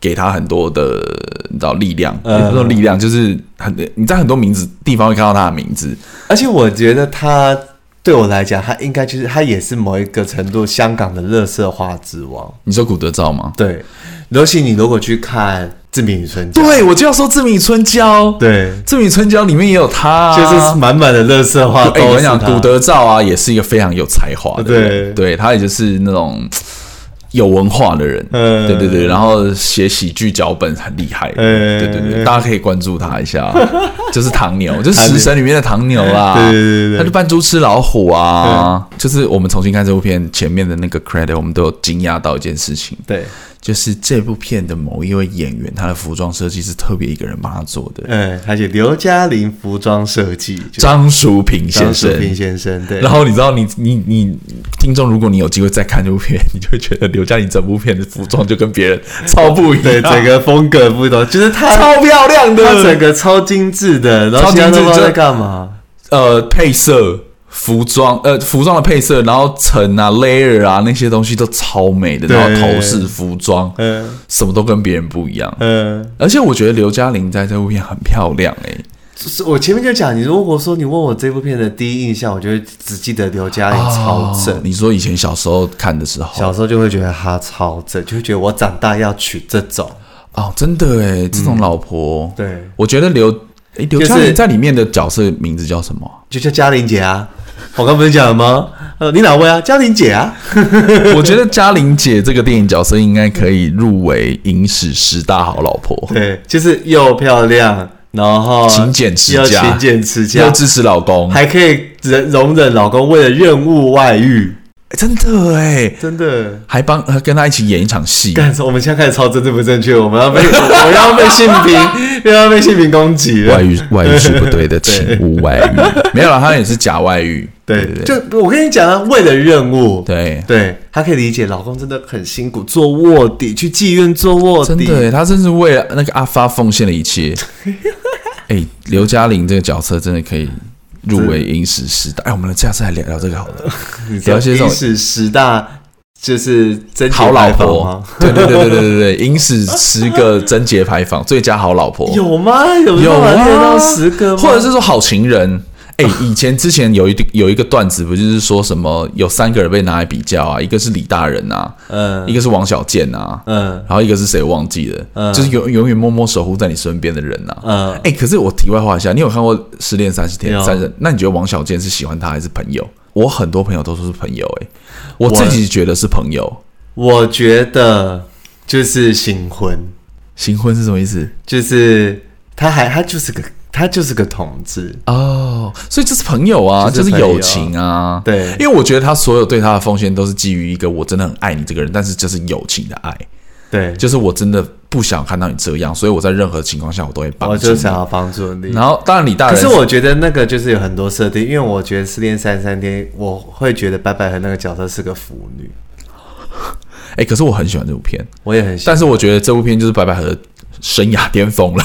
给他很多的你知道力量，嗯也不是说力量，就是很你在很多名字地方会看到他的名字，而且我觉得他对我来讲，他应该就是他也是某一个程度香港的乐色化之王。你说古德照吗？对，尤其你如果去看《志明与春娇》，对，我就要说《志明与春娇》，《对，志明与春娇》里面也有他啊、就是满满的乐色化哎、啊我都跟是你讲，他。古德照啊，也是一个非常有才华的人，对对他也就是那种有文化的人，嗯对对对，然后写喜剧脚本很厉害，嗯对对对，大家可以关注他 一下，啊就是唐牛，就是《食神》里面的唐牛啦，对对对对嗯他就扮猪吃老虎啊，就是我们重新看这部片前面的那个 credit，我们都有惊讶到一件事情，对，就是这部片的某一位演员，他的服装设计是特别一个人帮他做的，嗯，而且刘嘉玲服装设计，就是张淑平先张淑生，平先生，对，然后你知道你，你你听众，如果你有机会再看这部片，你就会觉得刘嘉玲整部片的服装就跟别人超不一样，对整个风格不同，就是他啊超漂亮的，他整个超精致的，然后超现精在致都不知道就在干嘛。呃配色、服装呃服装的配色，然后层啊、layer 啊那些东西都超美的，对然后头饰、服装，嗯什么都跟别人不一样。嗯，而且我觉得刘嘉玲在这部片很漂亮哎、就是我前面就讲，你如果说你问我这部片的第一印象，我就会只记得刘嘉玲超正。哦你说以前小时候看的时候，小时候就会觉得她超正，就会觉得我长大要娶这种。哦，真的哎、这种老婆，嗯对我觉得刘哎就刘是嘉玲在里面的角色名字叫什么啊？ 就叫嘉玲姐啊。我刚不是讲了吗？呃，你哪位啊？嘉玲姐啊。我觉得嘉玲姐这个电影角色应该可以入围影史十大好老婆，对，就是又漂亮，然后勤俭持又家，勤俭持 又家，支持老公，还可以忍容忍老公为了任务外遇，欸真的哎，真的。还帮呃跟她一起演一场戏，干，我们现在开始超政治不正确，我们要被我们要被性 平，又要被性平攻击了外。遇外遇是不 对的，请勿外遇。没有啦，她也是假外遇，对对，对就我跟你讲啊，为了任务，对，对，他可以理解老公真的很辛苦，做卧底去妓院做卧真底，的欸，她真是为了那个阿发奉献了 一切。哎，刘嘉玲这个角色真的可以入围影史十大。哎，我们下次来聊聊这个好了。你知道了解这种历史十大就是贞洁好老牌坊婆吗？，对对对对对对 对，影史十个贞洁牌坊最佳好老婆有吗？有有办法啊，练到十个吗？或者是说好情人。 哎、以前之前有一有一个段子，不就是说什么有三个人被拿来比较啊，一个是李大人啊，嗯一个是王小贱啊，嗯然后一个是谁忘记了，嗯就是永永远默默守护在你身边的人呐、啊。嗯哎、可是我题外话一下，你有看过《失恋三十天有》三十？那你觉得王小贱是喜欢他还是朋友？我很多朋友都说是朋友、哎，我自己觉得是朋友。我觉得就是新婚，新婚是什么意思？就是他还他就是个他就是个同志，哦，所以这是朋友啊，这这是是朋友友情啊。对因为我觉得他所有对他的奉献都是基于一个我真的很爱你这个人，但是这是友情的爱，对，就是我真的不想看到你这样，所以我在任何情况下我都会帮助我你。就想要帮助你。然后当然李大可人，是我觉得那个就是有很多设定，因为我觉得《失恋三十三天》，我会觉得白百合那个角色是个腐女，哎、可是我很喜欢这部片，我也很喜欢。但是我觉得这部片就是白百合的生涯巅峰了。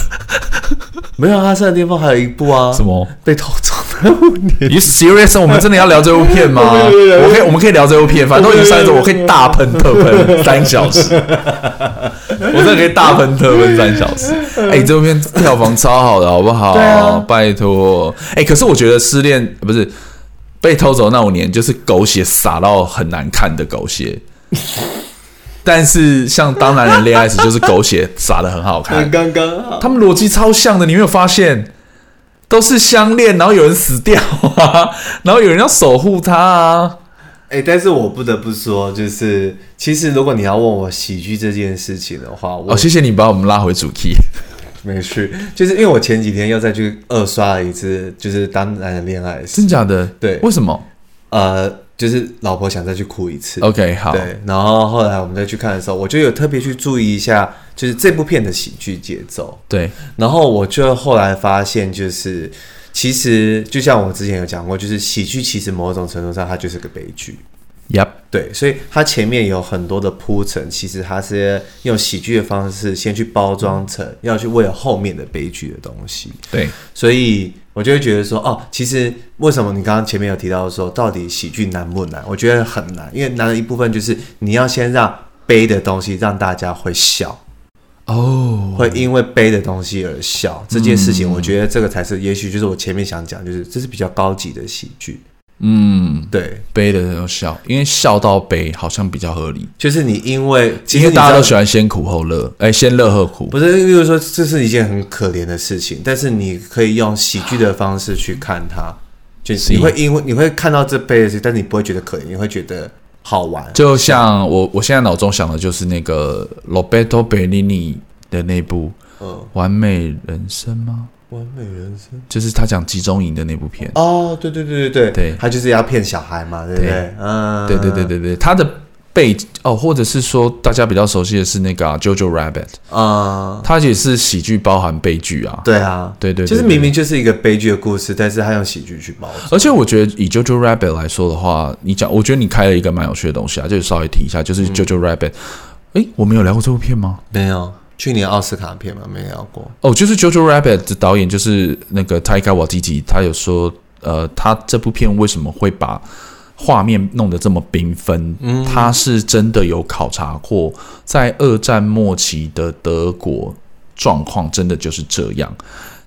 没有啊，她上巅峰还有一部啊，什么被偷走的五 年？ You serious？我们真的要聊这部 片吗？我可以，我们可以聊这部片，反正都已经上映了，我可以大喷特 喷三小时，我真的可以大喷特喷三小时。哎、这部片票房超好的，好不好？对啊拜托。哎、可是我觉得失恋不是被偷走那五年，就是狗血洒到很难看的 狗血。但是像《当男人恋爱时》就是狗血洒的很好看很，刚刚好。他们逻辑超像的，你没有发现？都是相恋，然后有人死掉啊，然后有人要守护他啊。 哎、但是我不得不说，就是其实如果你要问我喜剧这件事情的话，我、哦，谢谢你把我们拉回主题。没事，就是因为我前几天又再去二刷了一次，就是《当男人恋爱时 真》，假的？对为什么呃，就是老婆想再去哭一次。 ？OK，好，对，然后后来我们再去看的时候，我就有特别去注意一下，就是这部片的喜剧节奏。对，然后我就后来发现，就是其实就像我之前有讲过，就是喜剧其实某种程度上它就是个悲剧。 y e p 对，所以它前面有很多的铺陈，其实它是用喜剧的方式先去包装成要去为了后面的悲剧的东西。对，所以我就会觉得说，哦，其实为什么你刚刚前面有提到说，到底喜剧难不难？我觉得很难，因为难的一部分就是你要先让悲的东西让大家会笑，哦，会因为悲的东西而笑这件事情，我觉得这个才是，也许就是我前面想讲，就是这是比较高级的喜剧。嗯，对，悲的时候笑，因为笑到悲好像比较合理，就是你因为其因实为你知道大家都喜欢先苦后乐，哎，先乐后苦。不是，例如说这是一件很可怜的事情，但是你可以用喜剧的方式去看它，就是你会因为你会看到这辈的事，但你不会觉得可怜，你会觉得好玩。就像我我现在脑中想的就是那个 Roberto Benigni 的那部《完美人生》吗？完美人生就是他讲集中营的那部片。哦，对对对对对他就是要骗小孩嘛，对不对对？嗯，对对对对对，他的背景哦，或者是说大家比较熟悉的是那个、啊《JoJo Rabbit》，啊、它也是喜剧包含悲剧啊。对啊，对对对就是对明明就是一个悲剧的故事，但是他用喜剧去包装。而且我觉得以《JoJo Rabbit》来说的话，你讲，我觉得你开了一个蛮有趣的东西啊，就是稍微提一下，嗯就是《JoJo Rabbit》。诶，我们有聊过这部片吗？没有，去年奥斯卡片嘛，没聊过。哦，就是《JoJo Rabbit》的导演就是那个 Taika Waititi，他有说，呃，他这部片为什么会把画面弄得这么缤纷？他是真的有考察过，在二战末期的德国状况真的就是这样，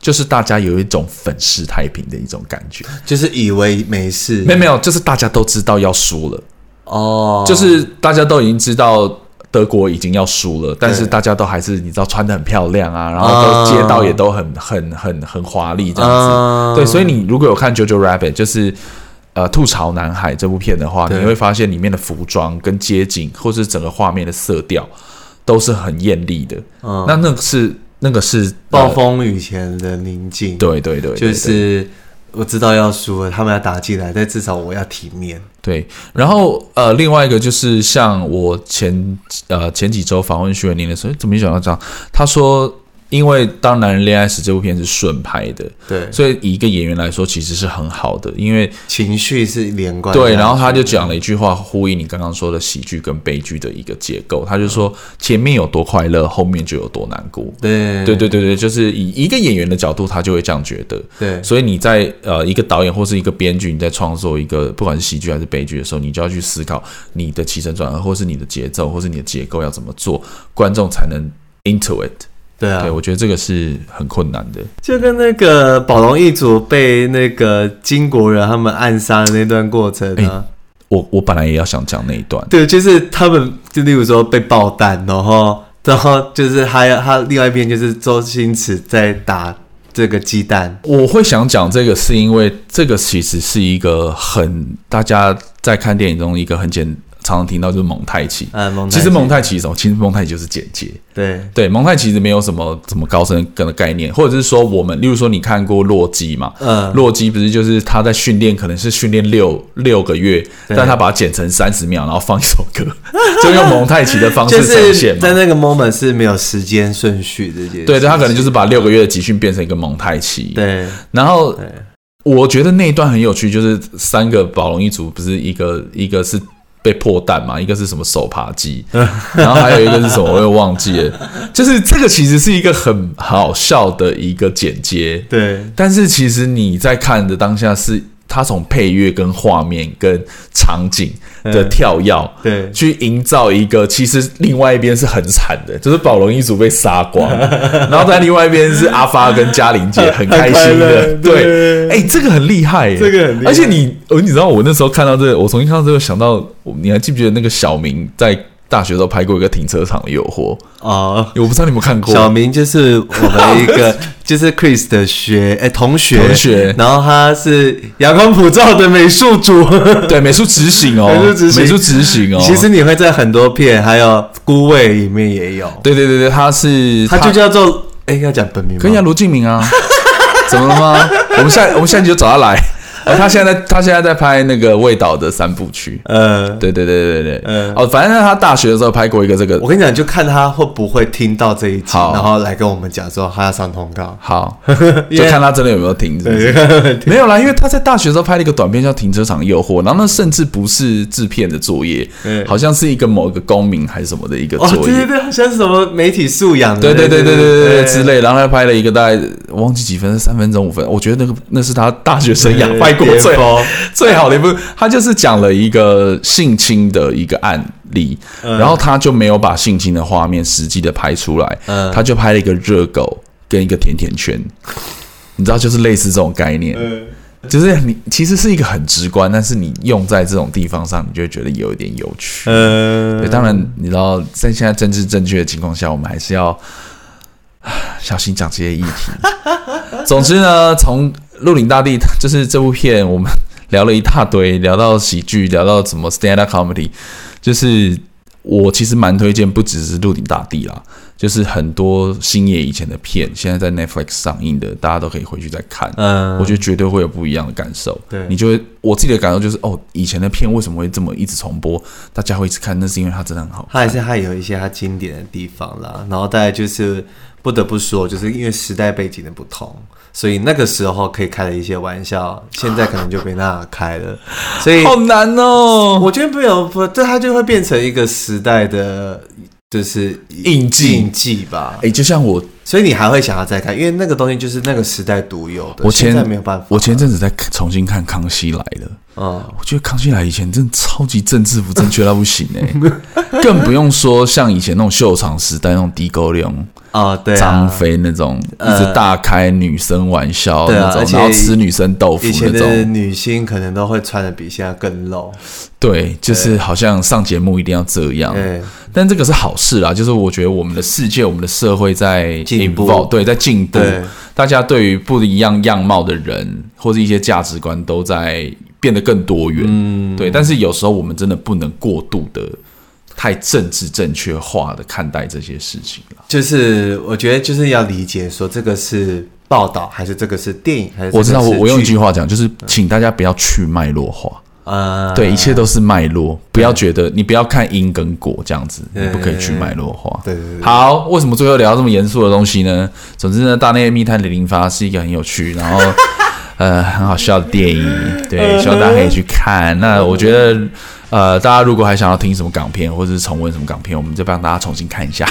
就是大家有一种粉饰太平的一种感觉。就是以为没事，没有没有，就是大家都知道要输了，哦，就是大家都已经知道。德国已经要输了，但是对大家都还是你知道穿的很漂亮啊，然后都街道也都很很很很华丽这样子。啊对，所以你如果有看《JoJo Rabbit》，就是呃吐槽男孩这部片的话，你对会发现里面的服装跟街景，或是整个画面的色调，都是很艳丽的。那那个是那个是嗯暴，呃风雨前的宁静，，对对对，对就对是我知道要输了，他们要打进来，但至少我要体面。对，然后呃，另外一个就是像我前呃前几周访问徐元宁的时候，怎么一讲到这样？他说，因为《当男人恋爱时》这部片是顺拍的，对所以以一个演员来说，其实是很好的，因为情绪是连贯的，对，然后他就讲了一句话，呼应你刚刚说的喜剧跟悲剧的一个结构。他就说，前面有多快乐，后面就有多难过。对对对对对，就是以一个演员的角度，他就会这样觉得。对所以你在呃一个导演或是一个编剧，你在创作一个不管是喜剧还是悲剧的时候，你就要去思考你的起承转合，或是你的节奏，或是你的结构要怎么做，观众才能 into it。对啊对，，我觉得这个是很困难的。就跟那个宝龙一族被那个金国人他们暗杀的那段过程啊，哎我我本来也要想讲那一段，对，就是他们就例如说被爆弹，然后然后就是还有他另外一边就是周星驰在打这个鸡蛋，我会想讲这个，是因为这个其实是一个很大家在看电影中一个很简常常听到就是蒙太奇。嗯蒙太奇其实蒙太奇是什么？其实蒙太奇就是简介。对对，蒙太奇其实没有什么什么高深的概念，或者是说我们，例如说你看过洛基嘛？嗯洛基不是就是他在训练，可能是训练六六个月，对但他把它剪成三十秒，然后放一首歌， 就用蒙太奇的方就式呈是现嘛。在那个 moment 是没有时间顺序这件事，对，对他可能就是把六个月的集训变成一个蒙太奇。。对然后我觉得那一段很有趣，就是三个宝龙一族，不是一个一个是被破蛋嘛，一个是什么手扒鸡， 然后还有一个是什么我又忘记了，就是这个其实是一个很好笑的一个剪接，对但是其实你在看的当下是。它从配乐、跟画面、跟场景的跳跃，对去营造一个其实另外一边是很惨的，就是宝龙一族被杀光， 然后在另外一边是阿发跟嘉 玲姐很开心的，很快乐对对，哎、这个很厉害耶，这个很厉害而且你，呃你知道我那时候看到这个，我重新看到这个，想到我你还记不记得那个小明在大学的时候拍过一个停车场的诱惑？哦。我不知道你有没有看过，小明就是我们一个就是 Chris 的学哎、同学同学然后他是阳光普照的美术组。对美术执行哦，美术执行美术执行哦，其实你会在很多片，还有孤味里面也有，对对对对，他是他就叫做哎、要讲本名吗？可以啊，卢敬明啊，怎么了吗？我们下我们下集就找他 来。哦、他现在在他现在在拍那个味道的三部曲，呃，对对对对对对，嗯哦，反正他大学的时候拍过一个这个我，跟你讲，就看他会不会听到这一集，好然后来跟我们讲说他要上通告。 好，就看他真的有没有停，是不是？没有啦，因为他在大学的时候拍了一个短片叫《停车场诱惑》，然后那甚至不是制片的作业嗯，好像是一个某个公民还是什么的一个哦，作对对业，对，好像是什么媒体素养的对那个，对对对对对对之类，然后他拍了一个大概我忘记几分，三分钟五分，我觉得那个那是他大学生涯拍过巅最峰 最好的一部，他就是讲了一个性侵的一个案例，然后他就没有把性侵的画面实际的拍出来，嗯他就拍了一个热狗跟一个甜甜圈，你知道，就是类似这种概嗯念，就是你其实是一个很直观，但是你用在这种地方上，你就会觉得有一点有趣。呃对，，当然你知道，在现在政治正确的情况下，我们还是要唉小心讲这 些议题。总之呢，从《鹿鼎大帝》就是这部片，我们聊了一大堆，聊到喜剧，聊到什么 stand up comedy，就是我其实蛮推荐，不只是《鹿鼎大帝》啦，就是很多星爷以前的片，现在在 Netflix 上映的，大家都可以回去再看。嗯我觉得绝对会有不一样的感受。对你就会我自己的感受就是，哦，以前的片为什么会这么一直重播，大家会一直看，那是因为它真的很好看。它还是它有一些它经典的地方啦。然后再来就是不得不说，就是因为时代背景的不同，所以那个时候可以开了一些玩笑，现在可能就没那法开 了。所以好难哦，哎我觉得没有不，对它就会变成一个时代的。就是印记印记吧哎、，就像我所以你还会想要再看，因为那个东西就是那个时代独有的，我前现在没有办法。我前阵子在看重新看《康熙来了》，嗯，我觉得《康熙来了》以前真的超级政治不正确到不行哎、 更不用说像以前那种秀场时代那种低沟量、啊，对啊，嗯张飞那种一直大开女生玩笑对那啊种，而且然后吃女生豆腐以前那的种，女星可能都会穿的比现在更露，对，就是好像上节目一定要这样。对，但这个是好事啦，就是我觉得我们的世界、我们的社会在进步 evolve，对，在进步对。大家对于不一样样貌的人或是一些价值观都在变得更多元，嗯，对。但是有时候我们真的不能过度的太政治正确化的看待这些事情啦。就是我觉得就是要理解说这个是报道还是这个是电影还是我知道，我我用一句话，话讲，就是请大家不要去脉络化，呃，对，一切都是脉络，不要觉得你不要看因跟果这样子，你不可以去脉络化。对对对对好，为什么最后聊这么严肃的东西呢？总之呢，《大内密探零零发》是一个很有趣，然 后呃很好笑的电影，对，嗯希望大家可以去看。那我觉得呃，大家如果还想要听什么港片，或者是重温什么港片，我们再帮大家重新看 一下，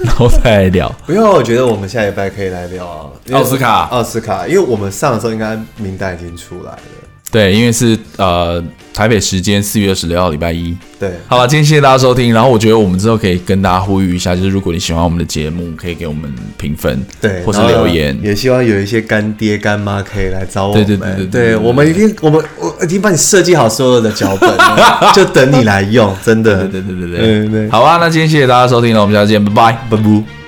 然后再来聊。不用，我觉得我们下礼拜可以来聊啊因为奥斯卡奥斯卡，因为我们上的时候应该名单已经出来了，对，因为是呃台北时间四月二十六号礼拜一。对，好了，今天谢谢大家收听。然后我觉得我们之后可以跟大家呼吁一下，就是如果你喜欢我们的节目，可以给我们评分，对，或是然后留言。也希望有一些干爹干妈可以来找我们。对对对对对对我们一定，我们我已经帮你设计好所有的脚本了，就等你来用，真的。嗯对对对对对对好啊，那今天谢谢大家收听了，我们下次见，拜拜，拜拜。